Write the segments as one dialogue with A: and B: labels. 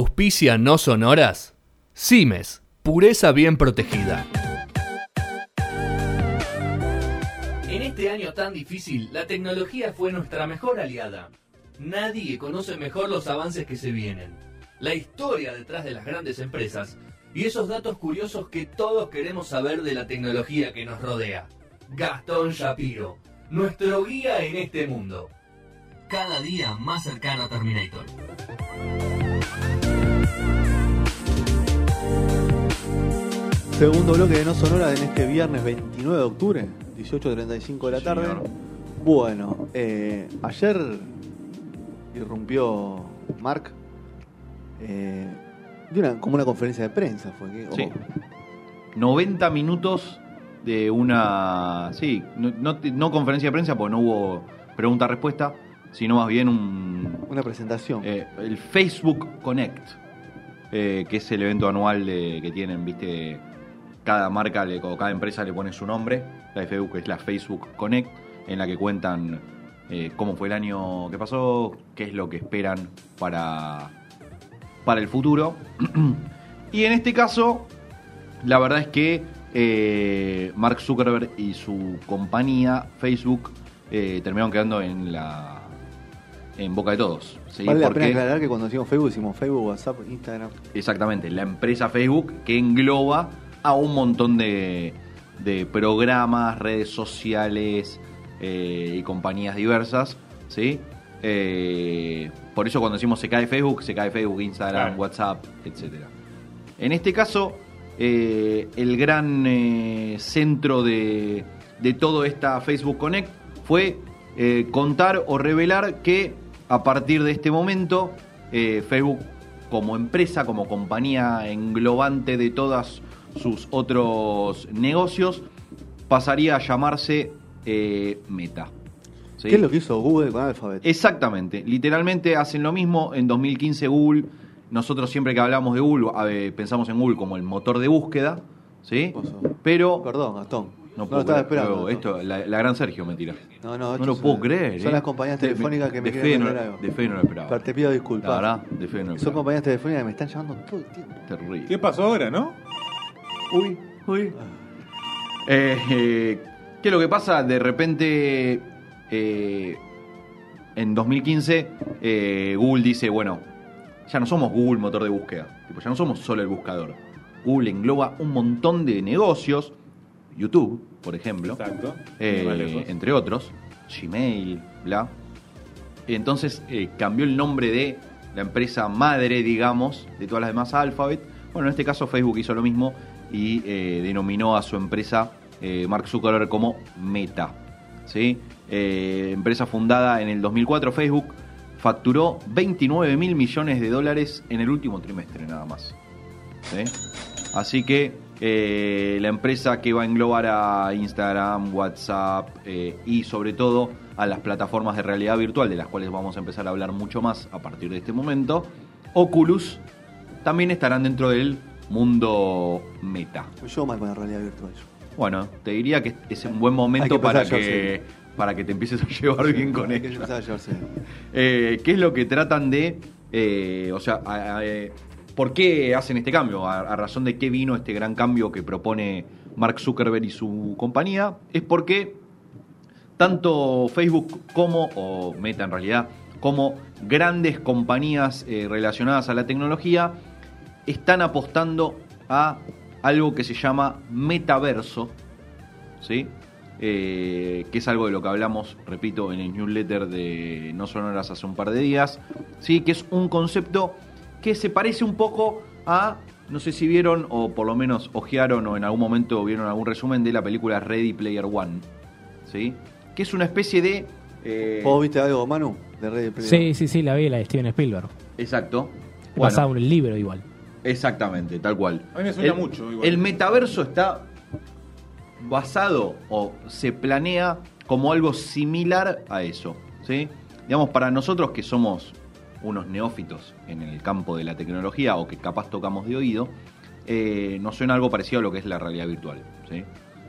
A: Auspicia no sonoras. Cimes, pureza bien protegida. En este año tan difícil, la tecnología fue nuestra mejor aliada. Nadie conoce mejor los avances que se vienen, la historia detrás de las grandes empresas y esos datos curiosos que todos queremos saber de la tecnología que nos rodea. Gastón Shapiro, nuestro guía en este mundo. Cada día más cercano a Terminator.
B: Segundo bloque de No Sonora en este viernes 29 de octubre, 18.35 de la tarde.
C: Señor.
B: Bueno, eh, ayer irrumpió Mark eh, de una- como una conferencia de prensa, fue que. o-
C: Sí. 90 minutos de una. Sí, no, no te- no conferencia de prensa porque no hubo pregunta-respuesta, sino más bien un.
B: Una presentación.
C: eh, el Facebook Connect, eh, que es el evento anual de- que tienen, viste. Cada marca le, o cada empresa le pone su nombre. La de Facebook es la Facebook Connect, en la que cuentan eh, cómo fue el año que pasó, qué es lo que esperan para, para el futuro. y en este caso, la verdad es que eh, Mark Zuckerberg y su compañía Facebook eh, terminaron quedando en la en boca de todos. ¿sí?
B: vale la
C: Porque-
B: pena aclarar que cuando hicimos Facebook, hicimos Facebook, WhatsApp, Instagram.
C: Exactamente, la empresa Facebook que engloba a un montón de, de programas, redes sociales eh, y compañías diversas, ¿sí? Eh, por eso cuando decimos se cae Facebook, se cae Facebook, Instagram,
D: Claro.
C: WhatsApp, etcétera. En este caso, eh, el gran eh, centro de, de todo esta Facebook Connect fue eh, contar o revelar que a partir de este momento eh, Facebook como empresa, como compañía englobante de todos sus otros negocios, pasaría a llamarse eh, Meta. ¿Sí? Eh,
B: ¿Qué es lo que hizo Google con Alphabet?
C: Exactamente, literalmente hacen lo mismo. En 2015 Google, nosotros siempre que hablamos de Google, a ver, pensamos en Google como el motor de búsqueda, ¿sí?
B: Oso.
C: Pero
B: Perdón, Gastón.
C: no,
B: No,
C: puedo
B: lo estaba
C: creer,
B: esperando.
C: pero
B: Gastón.
C: esto, la, la gran Sergio me tira.
B: No, no,
C: No
B: esto
C: lo
B: es
C: puedo
B: una-
C: creer.
B: Son
C: eh.
B: las compañías
C: De-
B: telefónicas que me
C: de fe
B: quieren
C: no,
B: vender algo.
C: de fe no lo esperaba.
B: Pero te pido disculpas.
C: La verdad, de fe no lo
B: Son
C: esperaba.
B: compañías telefónicas que me están llamando todo el tiempo.
C: Terrible.
D: ¿Qué pasó ahora, no?
B: Uy,
C: Uy. Eh, eh, ¿Qué es lo que pasa? De repente, eh, en 2015, eh, Google dice, bueno, ya no somos Google motor de búsqueda, Tipo, ya no somos solo el buscador. Google engloba un montón de negocios, YouTube, por ejemplo,
D: Exacto.
C: eh,
D: Ni más lejos.
C: entre otros, Gmail, bla. Entonces eh, cambió el nombre de la empresa madre, digamos, de todas las demás a Alphabet. Bueno, en este caso Facebook hizo lo mismo y eh, denominó a su empresa eh, Mark Zuckerberg como Meta. ¿sí? Eh, empresa fundada en el 2004, Facebook facturó 29 mil millones de dólares en el último trimestre nada más. ¿sí? Así que eh, la empresa que va a englobar a Instagram, WhatsApp eh, y sobre todo a las plataformas de realidad virtual, de las cuales vamos a empezar a hablar mucho más a partir de este momento, Oculus, también estarán dentro del mundo meta.
B: yo mal con la realidad virtual.
C: Bueno, te diría que es un buen
B: Hay que
C: momento para
B: empezar a
C: que, para que te empieces a llevar bien con
B: Hay que
C: ella.
B: empezar a llevarse.
C: Eh, ¿Qué es lo que tratan de.? eh, o sea, a- a- eh, ¿por qué hacen este cambio? A, a razón de qué vino este gran cambio que propone Mark Zuckerberg y su compañía? Es porque tanto Facebook como, o Meta en realidad, como grandes compañías eh, relacionadas a la tecnología, están apostando a algo que se llama metaverso, ¿sí? Eh, que es algo de lo que hablamos, repito, en el newsletter de No Sonoras hace un par de días, ¿sí? que es un concepto que se parece un poco a, no sé si vieron o por lo menos ojearon o en algún momento vieron algún resumen de la película Ready Player One, ¿sí? que es una especie de... eh,
B: ¿Vos viste algo, Manu? De Red Player?
E: Sí, sí, sí, la vi, la de Steven Spielberg.
C: Exacto.
E: WhatsApp,
C: Bueno,
E: el libro igual.
C: Exactamente, tal cual.
D: A mí me suena
C: el,
D: mucho, igual.
C: El metaverso está basado o se planea como algo similar a eso. ¿sí? Digamos, para nosotros que somos unos neófitos en el campo de la tecnología o que capaz tocamos de oído, eh, nos suena algo parecido a lo que es la realidad virtual. ¿sí?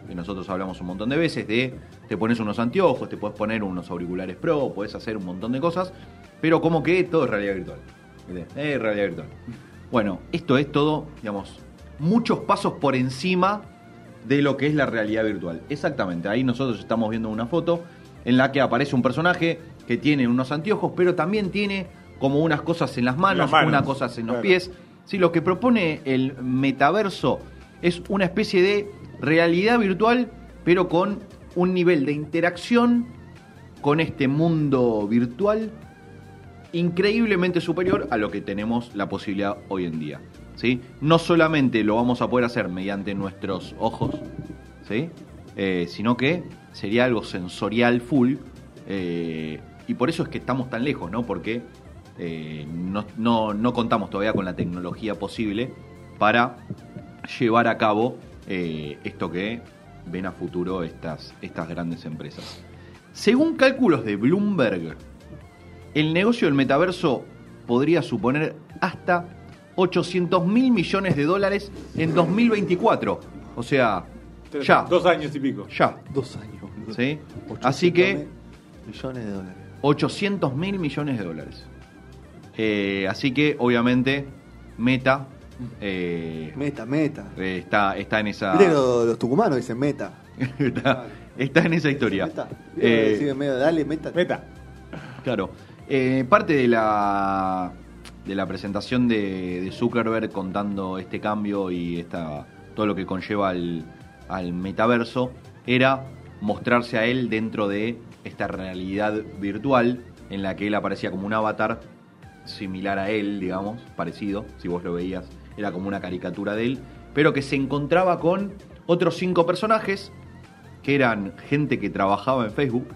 C: Que nosotros hablamos un montón de veces de te pones unos anteojos, te puedes poner unos auriculares pro, puedes hacer un montón de cosas, pero como que todo es realidad virtual. Eh, realidad virtual. Bueno, esto es todo, digamos, muchos pasos por encima de lo que es la realidad virtual. Exactamente, ahí nosotros estamos viendo una foto en la que aparece un personaje que tiene unos anteojos, pero también tiene como unas cosas en las manos,
D: Las manos,
C: unas cosas en los
D: claro.
C: pies. Sí, lo que propone el metaverso es una especie de realidad virtual, pero con un nivel de interacción con este mundo virtual increíblemente superior a lo que tenemos la posibilidad hoy en día. ¿sí? No solamente lo vamos a poder hacer mediante nuestros ojos, ¿sí? Eh, sino que sería algo sensorial full. eh, y por eso es que estamos tan lejos, ¿no? Porque eh, no, no- no contamos todavía con la tecnología posible para llevar a cabo eh, esto que ven a futuro estas, estas grandes empresas. Según cálculos de Bloomberg, el negocio del metaverso podría suponer hasta 800 mil millones de dólares en 2024. O sea,
D: Tres-
C: ya,
D: Dos años y pico.
C: ya.
B: Dos años. boludo.
C: ¿Sí?
B: 800
C: Así que
B: Millones de dólares.
C: 800 mil millones de dólares. Eh, así que, obviamente, Meta eh,
B: Meta, meta.
C: eh, está, está en esa...
B: Viste que los, los tucumanos dicen meta.
C: está, está en esa historia.
B: Meta.
C: Eh,
B: Dicen medio, dale, meta.
D: Meta.
C: Claro. Eh, parte de la, de la presentación de, de Zuckerberg contando este cambio y esta, todo lo que conlleva al, al metaverso era mostrarse a él dentro de esta realidad virtual en la que él aparecía como un avatar similar a él, digamos, parecido, si vos lo veías, era como una caricatura de él, pero que se encontraba con otros cinco personajes que eran gente que trabajaba en Facebook,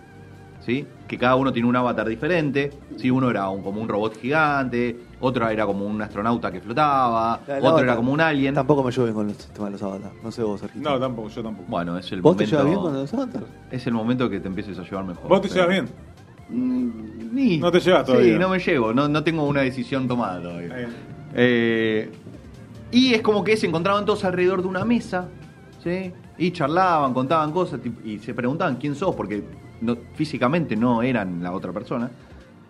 C: ¿sí? Que cada uno tiene un avatar diferente. ¿sí? Uno era un- como un robot gigante, otro era como un astronauta que flotaba,
B: Dale,
C: otro
B: avatar.
C: era como un alien.
B: Tampoco me llevo bien con los temas de los avatars. No sé vos, Sergio.
D: No, tampoco, yo tampoco.
C: Bueno, es el
B: ¿Vos te
C: momento.
B: llevas bien con los avatars?
C: Es el momento que te empieces a llevar mejor.
D: ¿Vos te
C: Sí.
D: llevas bien?
C: Mm, ni-
D: No te llevas todavía.
C: Sí, no me llevo, no, no tengo una decisión tomada todavía.
D: Eh,
C: Eh, y es como que se encontraban todos alrededor de una mesa, ¿sí? Y charlaban, contaban cosas tip- y se preguntaban quién sos, porque no- físicamente no eran la otra persona.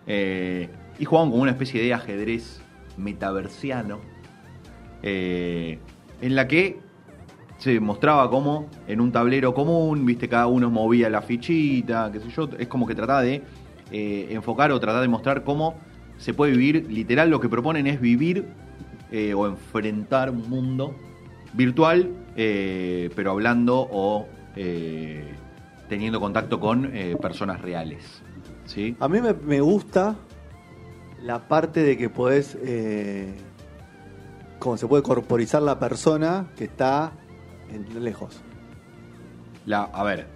C: Eh, y jugaban como una especie de ajedrez metaversiano, eh, en la que se mostraba cómo en un tablero común, viste, cada uno movía la fichita, qué sé yo, es como que trataba de eh, enfocar o tratar de mostrar cómo se puede vivir, literal lo que proponen es vivir eh, o enfrentar un mundo virtual, eh, pero hablando o eh, teniendo contacto con eh, personas reales. ¿Sí?
B: A mí me, me gusta la parte de que podés, eh, como se puede corporizar la persona que está en- lejos.
C: La, a ver,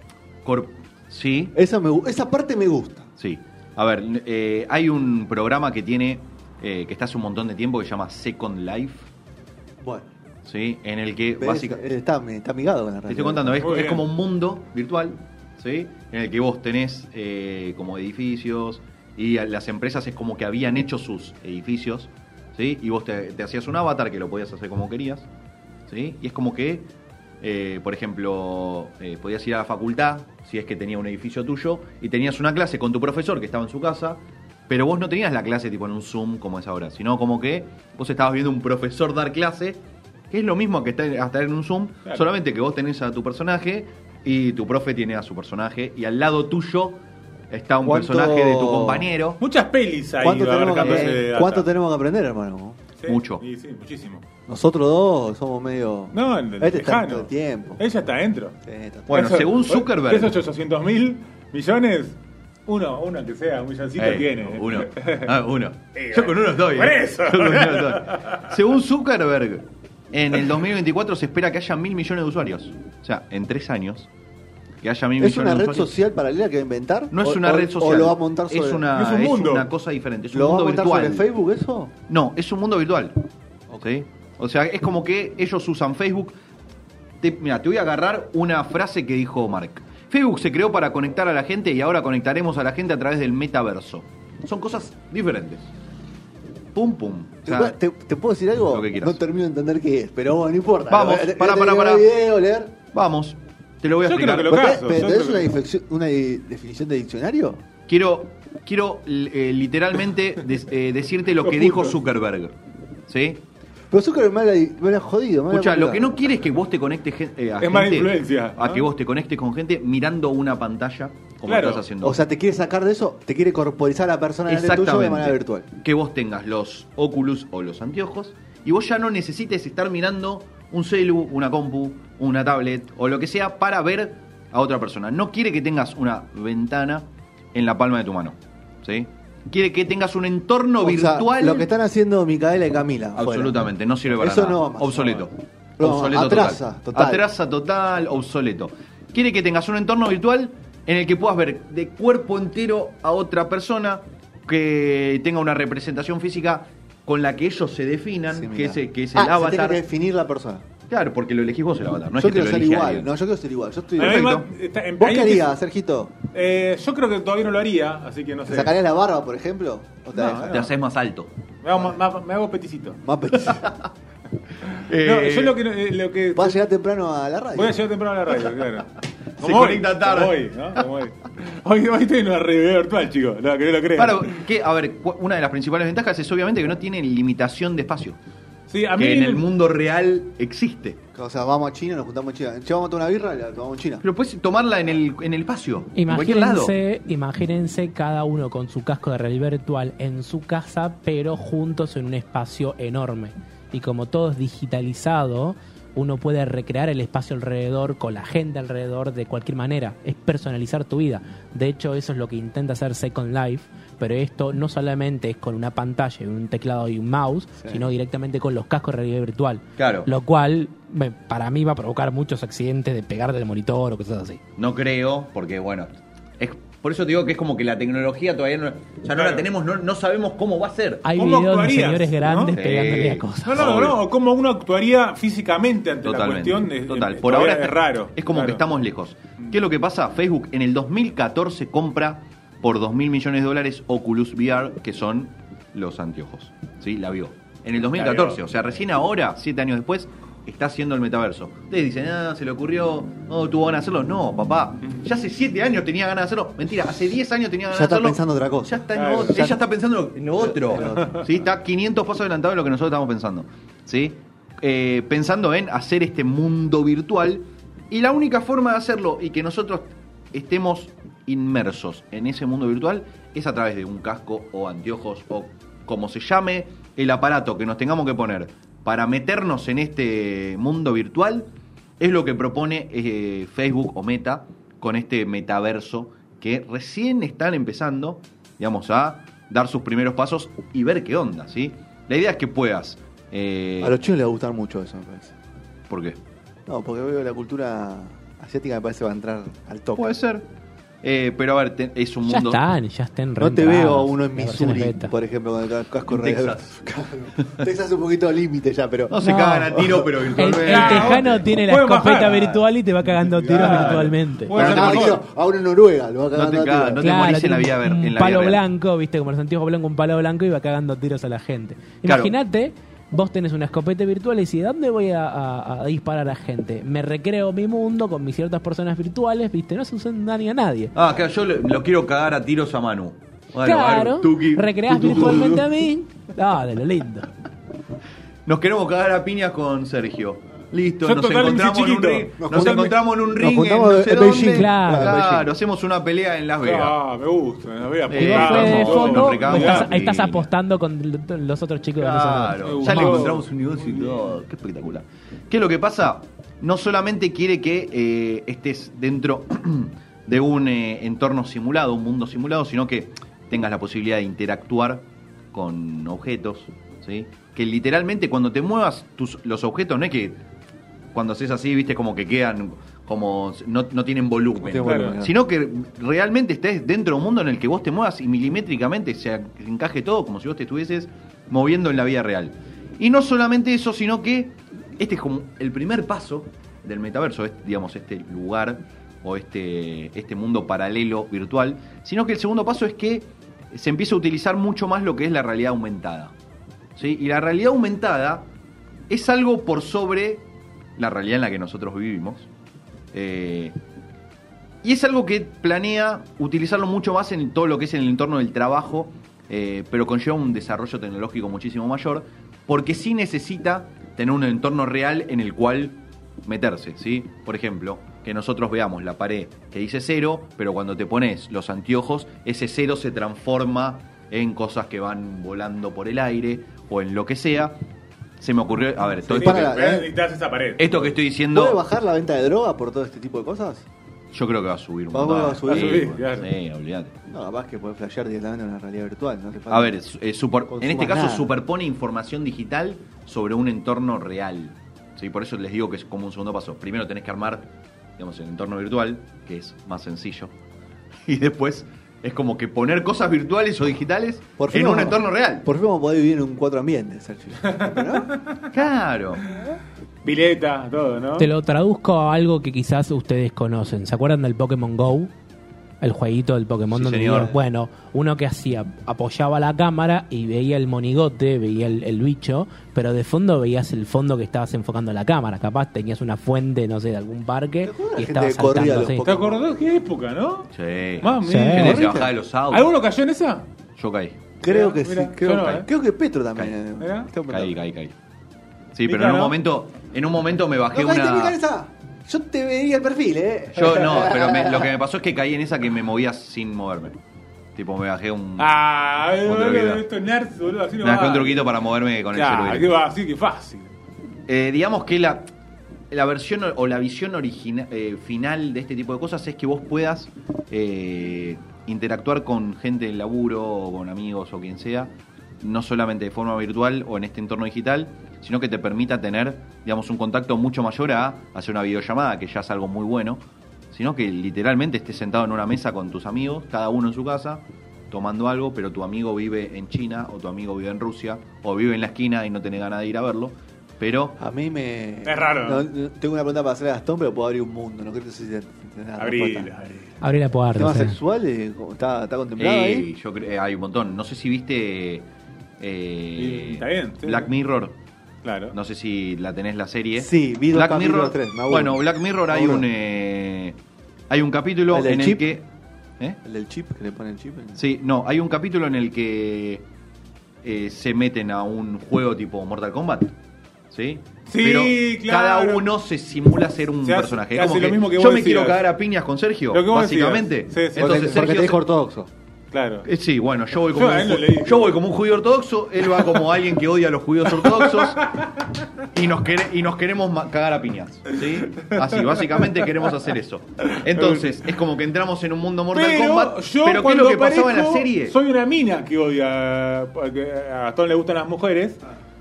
C: corp- sí,
B: Esa, me, gu- esa parte me gusta.
C: Sí. A ver, eh, hay un programa que tiene, eh, que está hace un montón de tiempo, que se llama Second Life,
B: Bueno,
C: ¿sí? En el que
B: ves,
C: básicamente...
B: eh, está, me- está amigado con la realidad.
C: Te estoy contando, eh. es,
D: Muy
C: es
D: bien.
C: como un mundo virtual, ¿sí? En el que vos tenés eh, como edificios y a- las empresas es como que habían hecho sus edificios, ¿sí? Y vos te, te hacías un avatar que lo podías hacer como querías, ¿sí? Y es como que, eh, por ejemplo, eh, podías ir a la facultad, si es que tenía un edificio tuyo, y tenías una clase con tu profesor que estaba en su casa. Pero vos no tenías la clase tipo en un Zoom como es ahora, sino como que vos estabas viendo un profesor dar clase, que es lo mismo que estar, estar en un Zoom,
D: Claro.
C: solamente Solamente que vos tenés a tu personaje y tu profe tiene a su personaje y al lado tuyo está un
B: ¿Cuánto-
C: personaje de tu compañero.
D: Muchas pelis ahí
B: ¿Cuánto, tenemos que,
D: abarcando ese
B: aprender?
D: data.
B: ¿Cuánto tenemos que aprender, hermano?
D: Sí,
C: Mucho.
D: y sí, muchísimo.
B: Nosotros dos somos medio...
D: No, el
B: este está
D: lejano.
B: todo el tiempo.
D: Ella está adentro.
B: Sí, está todo-
C: Bueno, según Zuckerberg-
D: Esos 800 mil millones, uno, uno que sea, un milloncito
C: Eh,
D: tiene. ¿eh?
C: Uno. Ah, uno. Yo con uno estoy.
D: Por
C: eh.
D: eso.
C: Yo con uno estoy. Según Zuckerberg, en el 2024 se espera que haya mil millones de usuarios. O sea, en tres años, que haya mil
B: ¿Es
C: millones
B: una
C: de
B: red
C: usuarios.
B: social paralela que va a inventar?
C: No es
B: ¿O-
C: una
B: o-
C: red social.
B: ¿O lo va a montar sobre,
C: es una,
D: Es un mundo.
C: una cosa diferente. Es un
B: ¿lo va a
C: mundo
B: montar
C: virtual.
B: sobre Facebook eso?
C: No, es un mundo virtual. ¿sí? O sea, es como que ellos usan Facebook. Te, mira, te voy a agarrar una frase que dijo Mark. Facebook se creó para conectar a la gente y ahora conectaremos a la gente a través del metaverso. Son cosas diferentes. Pum, pum. O
B: ¿Te,
C: sea,
B: puedo- te- te puedo decir algo?
C: Lo que quieras.
B: no termino de entender qué es, pero bueno, no importa.
C: Vamos,
B: Voy a-
C: pará,
B: voy a
C: pará,
B: tener
C: pará.
B: que ver video, leer.
C: Vamos, te lo voy a
D: Yo creo
C: explicar.
D: que lo
B: ¿Pero
D: caso,
B: te- pero
D: yo
B: es
D: creo
B: una,
D: que-
B: defeccio- una di- definición de diccionario?
C: Quiero, quiero eh, literalmente des- eh, decirte lo que dijo Zuckerberg. ¿Sí?
B: Pero Zuckerberg me la, me la jodido. me la
C: Escucha, lo
B: boluda.
C: que no quiere es que vos te conectes gen- eh, a
D: Es mala
C: gente-
D: influencia,
C: A
D: ¿no?
C: que vos te conectes con gente mirando una pantalla como
D: Claro.
C: estás haciendo.
B: O sea, te quiere sacar de eso, te quiere corporizar a la persona delante tuyo de manera virtual.
C: Que vos tengas los Oculus o los anteojos y vos ya no necesites estar mirando un celu, una compu, una tablet o lo que sea para ver a otra persona. No quiere que tengas una ventana en la palma de tu mano. ¿sí? Quiere que tengas un entorno
B: O sea,
C: virtual.
B: lo que están haciendo Micaela y Camila. afuera.
C: Absolutamente, no sirve para
B: Eso
C: nada.
B: no va más.
C: obsoleto.
B: No,
C: obsoleto
B: atrasa, total.
C: Atrasa total, obsoleto. Quiere que tengas un entorno virtual en el que puedas ver de cuerpo entero a otra persona que tenga una representación física con la que ellos se definan,
B: Sí,
C: que,
B: mirá.
C: ese, que es el
B: Ah, se tiene
C: avatar.
B: que definir la persona.
C: Claro, porque lo elegís vos el avatar, no
B: yo
C: es que
B: quiero
C: te lo
B: ser
C: elige
B: igual.
C: alguien.
B: No, yo quiero ser igual. Yo estoy.
D: Pero
C: Perfecto.
D: igual, está- en-
B: ¿Vos
D: ahí
B: qué
D: empieza-
B: harías, Sergito?
D: Eh, yo creo que todavía no lo haría, así que no
B: ¿Te
D: sé.
B: sacarías la barba, por ejemplo? ¿O te
D: No,
B: dejas?
C: Te haces más alto.
D: Me hago, ma- ma- me hago peticito.
B: Más pe-
D: No,
C: Eh,
D: yo lo que. no- eh, Lo que
B: Vas a llegar temprano a la radio.
D: voy a llegar temprano a la radio, claro.
C: conecta tarde.
D: como hoy, ¿no? Como hoy. Hoy, hoy estoy en una realidad virtual, chicos. No, que no lo crean.
C: claro, que, a ver, cu- una de las principales ventajas es obviamente que no tiene limitación de espacio.
D: Sí, a mí
C: Que en el mundo real existe.
B: O sea, vamos a China, nos juntamos en China. Che, vamos a tomar una birra y la tomamos en China.
C: Pero puedes tomarla en el, en el espacio, en cualquier lado.
E: Imagínense, imagínense cada uno con su casco de realidad virtual en su casa, pero juntos en un espacio enorme. Y como todo es digitalizado, uno puede recrear el espacio alrededor, con la gente alrededor, de cualquier manera. Es personalizar tu vida. De hecho, eso es lo que intenta hacer Second Life, pero esto no solamente es con una pantalla, y un teclado y un mouse, sino directamente con los cascos de realidad virtual.
C: Claro.
E: Lo cual, me- para mí, va a provocar muchos accidentes de pegar del monitor o cosas así.
C: No creo, porque bueno, es por eso te digo que es como que la tecnología todavía no, o sea, no
D: Claro.
C: la tenemos, no, no sabemos cómo va a ser.
E: Hay
D: ¿Cómo
E: videos de
D: actuarías,
E: señores grandes
C: no?
E: pegándole
C: Sí.
E: a cosas.
D: No, no,
C: Obvio.
D: no, o cómo uno actuaría físicamente ante
C: Totalmente.
D: la cuestión. de-
C: total.
D: eh,
C: Por
D: todavía
C: ahora está-
D: es raro.
C: Es como
D: claro. Mm.
C: que estamos lejos. ¿Qué es lo que pasa? Facebook en el 2014 compra por 2 mil millones de dólares Oculus VR, que son los anteojos. ¿Sí? La vio. En el 2014,
D: vio.
C: o sea, recién ahora, siete años después, está haciendo el metaverso. Ustedes dicen, ah, se le ocurrió, oh, tuvo ganas de hacerlo. No, papá, ya hace siete años tenía ganas de hacerlo. Mentira, hace 10 años tenía
B: Ya
C: ganas de
B: está
C: hacerlo.
B: pensando otra cosa.
C: Ya está en
D: Claro.
C: otro- ella está pensando en lo otro. ¿sí? Está 500 pasos adelantado de lo que nosotros estamos pensando. ¿sí? Eh, pensando en hacer este mundo virtual. Y la única forma de hacerlo y que nosotros estemos inmersos en ese mundo virtual es a través de un casco o anteojos o como se llame el aparato que nos tengamos que poner para meternos en este mundo virtual. Es lo que propone eh, Facebook o Meta con este metaverso que recién están empezando, digamos, a dar sus primeros pasos y ver qué onda, ¿sí? La idea es que puedas... eh,
B: A los chinos les va a gustar mucho eso, me parece.
C: ¿Por qué?
B: No, porque veo la cultura asiática me parece va a entrar al tope.
C: Puede ser. Eh, pero a ver, te- es un
E: Ya
C: mundo...
E: están, ya están
B: No te
E: reentradas,
B: veo a uno en
E: las versiones
B: Missouri,
E: beta.
B: por ejemplo, con el ca- casco
C: En
B: alrededor.
C: Texas.
B: Claro. Texas es un poquito al límite ya, pero.
C: No se
E: No.
C: cagan a tiro, pero
E: El, el
C: virtualmente...
D: Ah,
E: tejano
D: hombre.
E: tiene la
D: Pueden
E: escopeta
D: bajar.
E: virtual y te va cagando tiros
D: Claro.
E: virtualmente.
D: Pueden
B: Pero
D: ser
B: nada,
D: mejor.
B: digo, a uno en Noruega lo va
C: No te
B: cagando a
C: cagas,
B: tiro.
C: no te morís en la
E: tiene
C: vida ver-
E: un
C: en la
E: palo
C: vida real.
E: blanco, viste, como los antiguos blancos, un palo blanco y va cagando tiros a la gente.
C: Claro.
E: Imagínate, vos tenés una escopeta virtual y decís, ¿dónde voy a, a- a disparar a gente? Me recreo mi mundo con mis ciertas personas virtuales, viste, no se usan daño a nadie.
C: Ah, claro, yo lo, lo quiero cagar a tiros a Manu. Bueno, a
E: claro,
C: ver, Tuki,
E: recreás
C: tu, tu, tu, tu.
E: virtualmente a mí. Dale, lo lindo.
C: Nos queremos cagar a piñas con Sergio. Listo,
D: Yo
C: nos
D: total,
C: encontramos,
D: sí,
C: en un
D: chiquito.
C: ring,
D: Nos
C: nos
D: juntamos-
C: encontramos en un ring.
B: juntamos
C: en no sé
B: en
C: dónde.
B: Beijing.
E: Claro,
C: Claro,
B: en Beijing.
C: hacemos una pelea en Las Vegas.
D: Ah, me gusta, me voy a
C: Eh,
E: Y vos
D: apuntar,
E: fue de
D: vamos,
E: fondo,
C: nos recagamos
E: estás,
C: la
E: estás
C: mina.
E: apostando con los otros chicos de los
C: Claro,
D: Muy
C: ya le
D: bueno.
C: encontramos un negocio y todo. Qué espectacular. ¿Qué es lo que pasa? No solamente quiere que eh, estés dentro de un eh, entorno simulado, un mundo simulado, sino que tengas la posibilidad de interactuar con objetos, ¿sí? Que literalmente cuando te muevas tus, los objetos, no es que cuando haces así, viste, como que quedan, como no, no tienen volumen.
B: No tienen volumen.
C: Sino que realmente estés dentro de un mundo en el que vos te muevas y milimétricamente se a- encaje todo como si vos te estuvieses moviendo en la vida real. Y no solamente eso, sino que este es como el primer paso del metaverso, es, digamos, este lugar o este, este mundo paralelo virtual, sino que el segundo paso es que se empieza a utilizar mucho más lo que es la realidad aumentada. ¿sí? Y la realidad aumentada es algo por sobre la realidad en la que nosotros vivimos. eh, Y es algo que planea utilizarlo mucho más en todo lo que es en el entorno del trabajo, eh, pero conlleva un desarrollo tecnológico muchísimo mayor, porque sí necesita tener un entorno real en el cual meterse, ¿sí? Por ejemplo, que nosotros veamos la pared que dice cero, pero cuando te pones los anteojos, ese cero se transforma en cosas que van volando por el aire o en lo que sea. Se me ocurrió, a ver, estoy-
D: Sí,
B: Para
D: pero
B: la-
D: primero necesitas esa pared.
C: esto que estoy
B: ¿Puede
C: diciendo,
B: bajar la venta de droga por todo este tipo de cosas?
C: yo creo que va a subir un
B: Va- va a
C: montón.
B: subir.
C: Sí,
D: Va a subir,
C: bueno,
D: claro.
C: sí, olvídate.
B: No, capaz que puede flashear directamente en una realidad virtual. No hace falta.
C: A ver, su- eh, supor-
B: Consumas
C: en este caso
B: nada.
C: superpone información digital sobre un entorno real. ¿sí? Por eso les digo que es como un segundo paso. Primero tenés que armar, digamos, el entorno virtual, que es más sencillo. Y después es como que poner cosas virtuales o digitales
B: Por fin
C: en un
B: vamos-
C: entorno real.
B: Por fin vamos a poder vivir en un cuatro ambientes, Sergio. ¿No?
C: Claro.
D: Pileta, todo, ¿no?
E: Te lo traduzco a algo que quizás ustedes conocen. ¿Se acuerdan del Pokémon Go? El jueguito del Pokémon
C: Sí,
E: donde
C: señor.
E: ibas- bueno, uno que hacía, apoyaba la cámara y veía el monigote, veía el, el bicho, pero de fondo veías el fondo que estabas enfocando la cámara. Capaz tenías una fuente, no sé, de algún parque
B: acuerdas
E: y
B: la gente
E: estabas
B: que corría
E: saltando
B: los
E: así.
D: ¿Te acordás qué época, no?
C: Sí.
D: Mami.
E: Sí.
C: Gente que se
B: ¿Corriste?
C: bajaba de los autos.
D: ¿Alguno cayó en esa?
C: Yo caí.
B: Creo que
D: Mirá, mirá,
B: sí. Creo,
D: yo no, ¿eh?
B: creo que Petro también.
D: Caí. Mirá.
B: Está
C: Caí,
B: preguntando.
C: caí, caí. Sí,
D: Mica,
C: pero en un
D: ¿no?
C: momento, en un momento me bajé
B: No caíste,
C: una.
B: Milanesa. Yo te veía el perfil, ¿eh?
C: Yo no, pero me- lo que me pasó es que caí en esa que me movía sin moverme. Tipo, me bajé un.
D: Ah,
C: Otro
D: boludo,
C: video.
D: esto es nerds, boludo, así no
C: Me
D: va.
C: dejé un truquito para moverme con
D: Claro,
C: el
D: que
C: celular.
D: va, así que fácil.
C: Eh, digamos que la, la versión o- o la visión origina- eh, final de este tipo de cosas es que vos puedas eh, interactuar con gente del laburo o con amigos o quien sea, no solamente de forma virtual o en este entorno digital, sino que te permita tener, digamos, un contacto mucho mayor a hacer una videollamada, que ya es algo muy bueno, sino que literalmente estés sentado en una mesa con tus amigos, cada uno en su casa, tomando algo, pero tu amigo vive en China o tu amigo vive en Rusia o vive en la esquina y no tenés ganas de ir a verlo, pero
B: A mí me.
D: Es raro.
B: No, no, tengo una pregunta para hacer a Gastón, pero puedo abrir un mundo. No creo que se entienda.
D: Abril, abril.
E: Abrí la puerta.
B: ¿Tema
E: sí.
B: sexual? eh, ¿Está, está contemplado
C: Ey,
B: ahí?
C: yo creo- eh, hay un montón. No sé si viste eh,
D: Y- está bien, sí. Ah.
C: Black Mirror.
D: Claro.
C: No sé si la tenés la serie.
B: Sí, vi dos
C: Black
B: capítulos,
C: Mirror.
B: tres, me aburro.
C: bueno, Black Mirror
B: Me
C: hay
B: aburro.
C: un eh, hay un capítulo
B: ¿El del
C: en el
B: chip?
C: que ¿eh?
B: ¿El del chip? ¿Que le ponen el chip?
C: Sí, no, hay un capítulo en el que eh, se meten a un juego tipo Mortal Kombat. ¿Sí?
D: Sí,
C: Pero
D: claro.
C: cada uno se simula ser un
D: Se hace-
C: personaje.
D: se
C: Es como
D: hace lo mismo que
C: yo
D: vos
C: me quiero
D: decías.
C: cagar a piñas con Sergio,
D: Lo que vos decías.
C: básicamente.
D: Sí, sí. Porque-
B: Porque,
C: Entonces
B: porque
C: Sergio
B: te dijo
C: se-
B: ortodoxo.
D: Claro.
C: eh, Sí, bueno, yo voy
D: Yo
C: como,
D: a
C: un,
D: él lo
C: ju-
D: leí.
C: yo voy como un judío ortodoxo, él va como alguien que odia a los judíos ortodoxos y nos, quere- y nos queremos ma- cagar a piñas. ¿sí? Así, básicamente queremos hacer eso. Entonces, es como que entramos en un mundo Mortal
D: Pero
C: Kombat, pero
D: yo
C: ¿qué es
D: cuando
C: lo que pasaba en la
D: aparezco,
C: serie?
D: Soy una mina que odia, porque a Gastón le gustan las mujeres,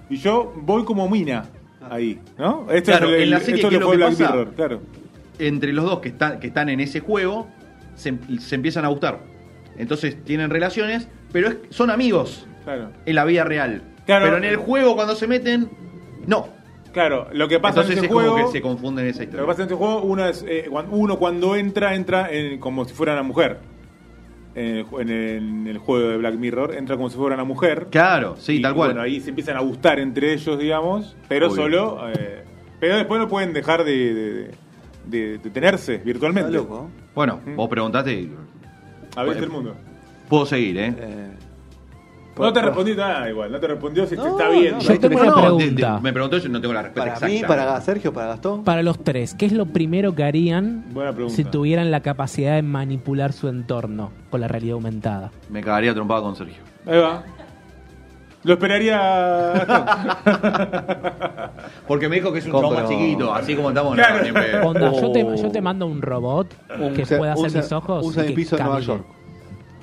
D: y yo voy como mina ahí, ¿no? Esto
C: Claro,
D: es el-
C: en la serie,
D: esto
C: ¿qué es lo
D: fue
C: que
D: Black
C: pasa?
D: Mirror, claro.
C: Entre los dos que, están que están en ese juego, se, se empiezan a gustar. Entonces tienen relaciones, pero es- son amigos
D: Claro.
C: en la vida real.
D: Claro.
C: Pero en el juego, cuando se meten, no.
D: Claro, lo que pasa
C: Entonces
D: en
C: es
D: ese juego,
C: como que se confunden esa historia.
D: lo que pasa en ese juego, una es, eh, cuan- uno cuando entra entra en- como si fuera una mujer. En el, ju- en el- en el juego de Black Mirror entra como si fuera una mujer.
C: Claro, sí,
D: Y,
C: tal cual.
D: Bueno, ahí se empiezan a gustar entre ellos, digamos, pero
C: Obvio.
D: solo. eh, pero después no pueden dejar de, de- de- de tenerse virtualmente.
B: Está loco. ¿no?
C: Bueno, vos preguntaste. y
D: A
C: Bueno.
D: veces el mundo.
C: Puedo seguir, ¿eh?
B: Eh,
D: No
B: por-
D: te
B: por-
D: respondí nada, igual. No te respondió si
B: No,
D: te está
B: no,
D: viendo.
E: Yo tengo una pregunta.
C: me preguntó, yo no tengo la respuesta
B: Para mí,
C: exacta.
B: para Sergio, para Gastón.
E: Para los tres, ¿qué es lo primero que harían
D: Buena pregunta.
E: si tuvieran la capacidad de manipular su entorno con la realidad aumentada?
C: Me cagaría trompada con Sergio.
D: Ahí va. Lo esperaría.
C: Porque me dijo que es un
B: Compro.
C: trauma chiquito, así como estamos. no,
D: Claro.
C: ni en pedo.
E: Onda, yo,
B: Oh.
E: te, yo te mando un robot
B: Un
E: que
B: se-
E: pueda
B: un
E: hacer
B: se-
E: mis ojos.
B: un
E: y que
B: semipiso en Nueva
E: camine.
B: York.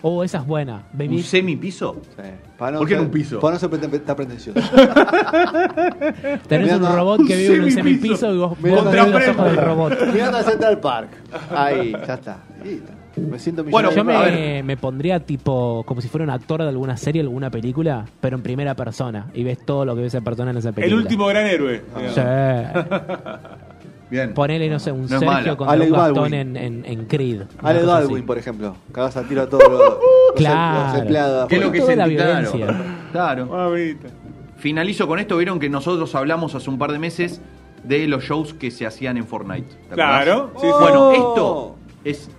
E: Oh, esa es buena. Baby.
C: ¿Un semipiso?
B: Sí. Para no
C: ¿Por qué en
B: ser-
C: un piso?
B: Para no ser pre- tan pretencioso.
E: Tenés un
B: Mirá,
E: robot que
C: un
E: vive en un
C: semipiso.
E: semipiso y vos,
B: Mirá,
E: vos tenés los
C: comprendo.
E: ojos del robot.
B: Mirando a Central Park. Ahí, ya está. Listo. Me siento
C: Bueno,
B: millonario.
E: Yo
C: a
E: me,
C: ver.
E: me pondría tipo como si fuera un actor de alguna serie, alguna película, pero en primera persona. Y ves todo lo que ve esa persona en esa
D: el
E: película.
D: último gran héroe.
C: Ah.
D: digamos.
E: Sí.
C: Bien.
E: Ponele, no sé, un
C: No es mala.
E: Sergio contra
B: Alec
E: un Gastón
B: Baldwin.
E: en, en, en Creed. Una
B: Ale
E: cosa así.
B: Baldwin, por ejemplo. Cagás a tiro a todos los, los-
E: Claro.
B: los empleados.
C: ¿Qué es lo que
E: Toda
C: se
E: la
C: claro,
E: violencia.
C: Claro.
D: Mamita.
C: Finalizo con esto. Vieron que nosotros hablamos hace un par de meses de los shows que se hacían en Fortnite. ¿te acordás?
D: Claro, sí, sí.
C: Oh. Bueno, esto es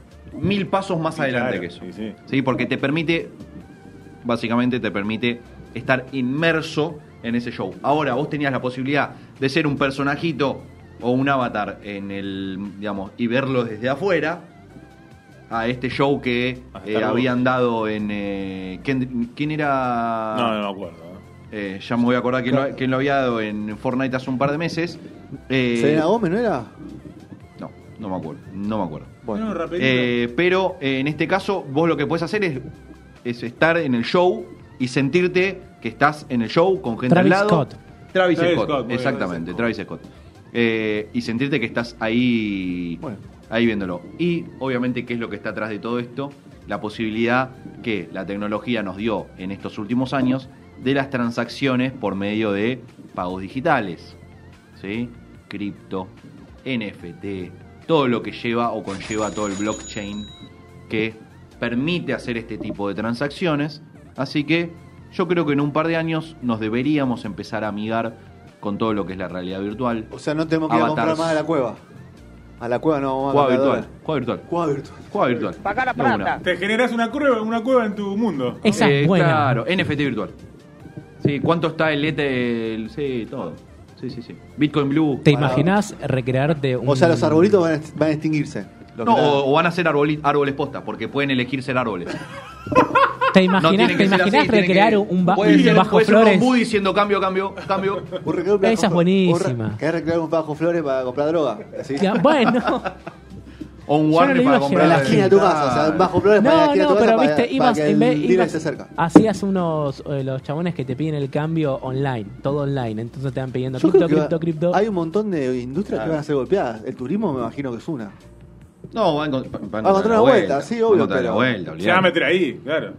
C: mil pasos más
D: Sí,
C: adelante
D: claro,
C: que eso.
D: sí, sí.
C: porque te permite, básicamente te permite estar inmerso en ese show. Ahora, vos tenías la posibilidad de ser un personajito o un avatar en el, digamos, y verlo desde afuera a este show que
D: A
C: eh,
D: Star Wars.
C: habían dado en... eh, ¿quién, quién era?
D: No, no me acuerdo. ¿eh?
C: Eh, ya me voy a acordar quién lo, quién lo había dado en Fortnite hace un par de meses. Eh,
B: Selena Gómez, ¿no era?
C: No, no me acuerdo, no me acuerdo.
B: Bueno,
D: No, rapidito.
C: Eh, pero eh, en este caso, vos lo que puedes hacer es, es estar en el show y sentirte que estás en el show con gente
E: Travis
C: al lado.
E: Scott.
C: Travis,
D: Travis
C: Scott.
D: Scott, muy bien.
C: exactamente, Travis Scott. Eh, y sentirte que estás ahí,
B: Bueno.
C: ahí viéndolo. Y obviamente, ¿qué es lo que está atrás de todo esto? La posibilidad que la tecnología nos dio en estos últimos años de las transacciones por medio de pagos digitales. ¿sí? Cripto, NFT, todo lo que lleva o conlleva todo el blockchain que permite hacer este tipo de transacciones. Así que yo creo que en un par de años nos deberíamos empezar a amigar con todo lo que es la realidad virtual.
B: o sea, no tenemos que ir a
C: Avatars.
B: comprar más a la cueva. A la cueva no vamos a
C: Cueva
B: comprar
C: virtual,
B: dólares.
C: cueva virtual,
B: Cueva virtual.
C: cueva virtual.
F: Pagar la
C: De una.
F: plata.
D: Te generas una cueva, una cueva en tu mundo.
E: Esa
C: Eh,
E: es buena.
C: Claro, NFT virtual. Sí, ¿cuánto está el ETH? El- Sí, todo. Sí, sí, sí. Bitcoin Blue.
E: ¿Te imaginás recrearte un...
B: O sea, los arbolitos van a, est- van a extinguirse. Los
C: No,
B: que-
C: o, o van a ser arboli- árboles posta, porque pueden elegir ser árboles.
E: ¿Te imaginás,
C: tiene
E: ¿te
C: que ser
E: imaginás
C: así, tiene
E: recrear
C: que-
E: un, ba-
C: puede
E: un
C: ser-
E: bajo
C: puede ser
E: flores?
C: Don Woody diciendo cambio, cambio, cambio.
B: O recrear un
E: Esa
B: bajo
E: es
B: flor.
E: buenísima.
B: O re- Querés recrear un bajo flores para comprar droga. ¿sí?
E: Ya, Bueno,
C: O un
E: Yo
C: Warner
E: no lo
C: para
E: iba a
C: comprar.
B: En la
E: Ah,
B: esquina de tu casa, o sea, un bajo flores para la
E: no,
B: esquina
E: no,
B: de tu casa
E: pero
B: para,
E: viste, ibas,
B: para que
E: en vez,
B: el dealer
E: ibas-
B: se acerca.
E: hacías unos, eh, los chabones que te piden el cambio online, todo online, entonces te van pidiendo
B: Yo creo
E: cripto,
B: que
E: cripto,
B: va-
E: cripto.
B: Hay un montón de industrias
D: Claro.
B: que van a ser golpeadas. El turismo me imagino que es una.
C: No, va a encont- va a
B: Va a encontrar una vuelta, sí, obvio,
C: Va a encontrar
B: pero-
C: la vuelta,
D: Se va a
C: olvidate.
D: meter ahí, claro.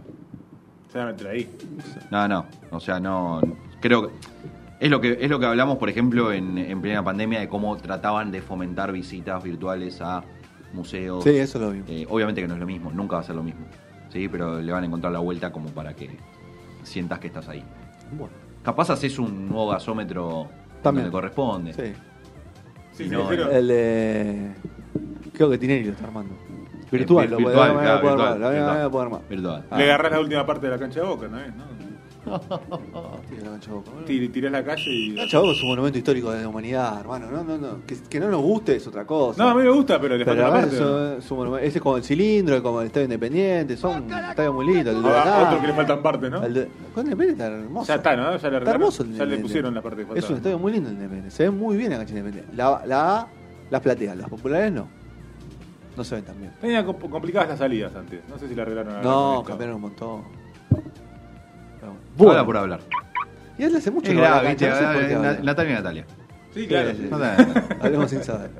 D: Se va a meter ahí.
C: No, no. O sea, no. Creo que. Es lo que, es lo que hablamos, por ejemplo, en, en plena pandemia, de cómo trataban de fomentar visitas virtuales a museos.
B: Sí, eso lo vimos.
C: Eh, obviamente que no es lo mismo, nunca va a ser lo mismo. Sí, pero le van a encontrar la vuelta como para que sientas que estás ahí.
B: Bueno,
C: Capaz haces un nuevo gasómetro
B: También.
C: donde corresponde. Eh,
B: sí.
D: Sí,
C: No,
D: sí, sí,
C: no.
D: sí.
B: El de. Creo que Tinelli lo está armando.
C: Eh,
B: Virtual,
C: vi-
B: lo
C: virtual,
B: puede-
C: claro,
B: lo puede
C: virtual,
B: armar, lo voy a-
C: virtual.
B: lo puede armar. Ah.
C: Virtual.
D: Le agarrás la última parte de la cancha de boca, ¿no? es? ¿No?
B: Mm. Tira la cancha boca. boludo.
D: Tir- Tirás la calle y.
B: Cancha boca es un monumento histórico de la humanidad, hermano. No, no, no. Que, que no nos guste es otra cosa.
D: No, a mí me gusta, pero le
B: Pero
D: falta
B: la
D: la
B: verdad
D: parte. ¿no?
B: eso es un monumento- ese es como el cilindro, como el Estadio Independiente, son estadios muy lindos. El de
D: Ah,
B: acá,
D: Otro que le faltan partes, ¿no?
B: el de- con Independiente está hermoso.
D: Ya está, ¿no? Ya le
B: Está
D: arreglaron.
B: hermoso el
D: Ya le
B: Independiente.
D: pusieron la parte que faltaba.
B: Es un estadio muy lindo el Independiente. Se ve muy bien la cancha de Independiente. La, la A, las plateas, las populares no. No se ven tan bien.
D: Tenía comp- complicadas las salidas antes. No sé si la arreglaron ahora con
B: No,
D: esto.
B: cambiaron un montón. Pero bueno.
C: Habla por hablar.
B: Y él hace mucho
C: Es
B: que va a la
C: grave,
B: cancha,
C: viste,
B: no sé por qué
C: eh,
B: habla.
C: Na- Natalia y Natalia.
D: Sí, claro.
B: Sí, sí.
C: Natalia.
B: Hablemos sin saber.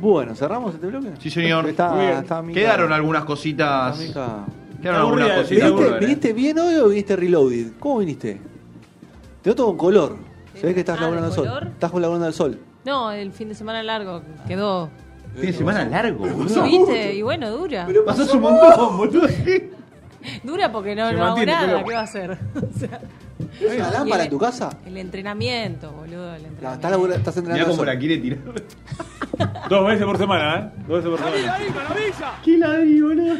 B: Bueno, ¿cerramos este bloque?
C: Sí, señor.
B: Está,
D: Muy bien.
B: está Mica-
C: Quedaron algunas
B: está
C: cositas.
B: Mica.
C: Quedaron
D: Aburrida,
C: algunas
D: sí,
C: cositas.
D: aburrida.
C: por
B: ¿Viniste, viniste
C: ver, eh.
B: bien hoy o viniste reloaded? ¿Cómo viniste? Te noto con color. Se ve que estás
G: Ah,
B: laburando al
G: ¿de
B: sol.
G: color?
B: Estás laburando al sol.
G: No, el fin de semana largo quedó.
C: Fin de semana largo, boludo.
G: ¿Viste? Y bueno, dura.
C: Pasás un montón, boludo.
G: Dura porque no,
D: Se
G: no hago
D: mantiene,
G: nada.
D: pero-
G: ¿Qué va a hacer? O sea,
B: ¿Hay una lámpara en tu casa?
G: el entrenamiento, boludo. El entrenamiento.
B: No, estás, laburando, estás entrenando
C: Mirá
B: al sol.
C: cómo la quiere tirar.
D: Dos veces por semana, ¿eh? Dos veces por semana.
C: ¿Qué ladrillo, boludo?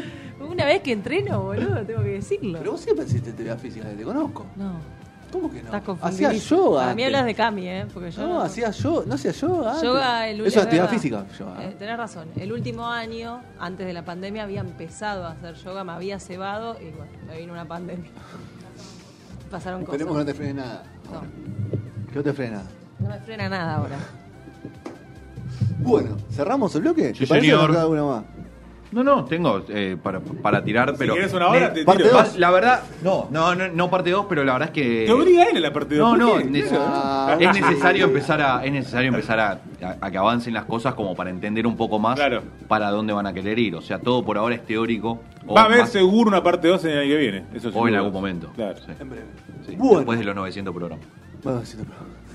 G: Una vez que entreno, boludo, tengo que decirlo.
B: Pero vos siempre hiciste actividad física, te conozco.
G: No,
B: ¿Cómo que no?
G: estás confundido.
B: Hacía yoga.
G: A mí
B: antes.
G: hablas de Cami, ¿eh? Porque yo.
B: No, hacía yoga. No hacía yoga. antes.
G: Yoga, el
B: Eso
G: ul-
B: es actividad
G: verdad.
B: física. Yoga.
G: Eh, tenés razón. El último año, antes de la pandemia, había empezado a hacer yoga, me había cebado y bueno, me vino una pandemia. Pasaron cosas.
B: Esperemos que no te frene nada.
G: No,
B: Que no te frene nada.
G: no me frena nada ahora.
B: Bueno, ¿cerramos el bloque?
C: Sí,
B: ¿Te parece
C: señor.
B: que nos queda una más?
C: No, no, tengo eh, para, para tirar, pero.
D: querés una hora, te
B: parte
D: tiro.
B: dos.
C: Vas- La verdad, no, no, no, no parte 2, pero la verdad es que.
D: Te obliga él en la parte de
C: No,
D: ¿por
C: no,
D: qué?
C: ne-
B: Ah,
C: es necesario empezar a, es necesario empezar a, a- a que avancen las cosas como para entender un poco más
D: Claro.
C: para dónde van a querer ir. O sea, todo por ahora es teórico. o
D: Va a haber
C: más-
D: seguro una parte 2 en el año que viene. Eso sin
C: O en
D: duda.
C: algún momento.
D: Claro.
C: Sí,
B: En breve.
C: sí,
B: Bueno.
C: Después de los 900 programas.
B: Bueno, sí, no, pero-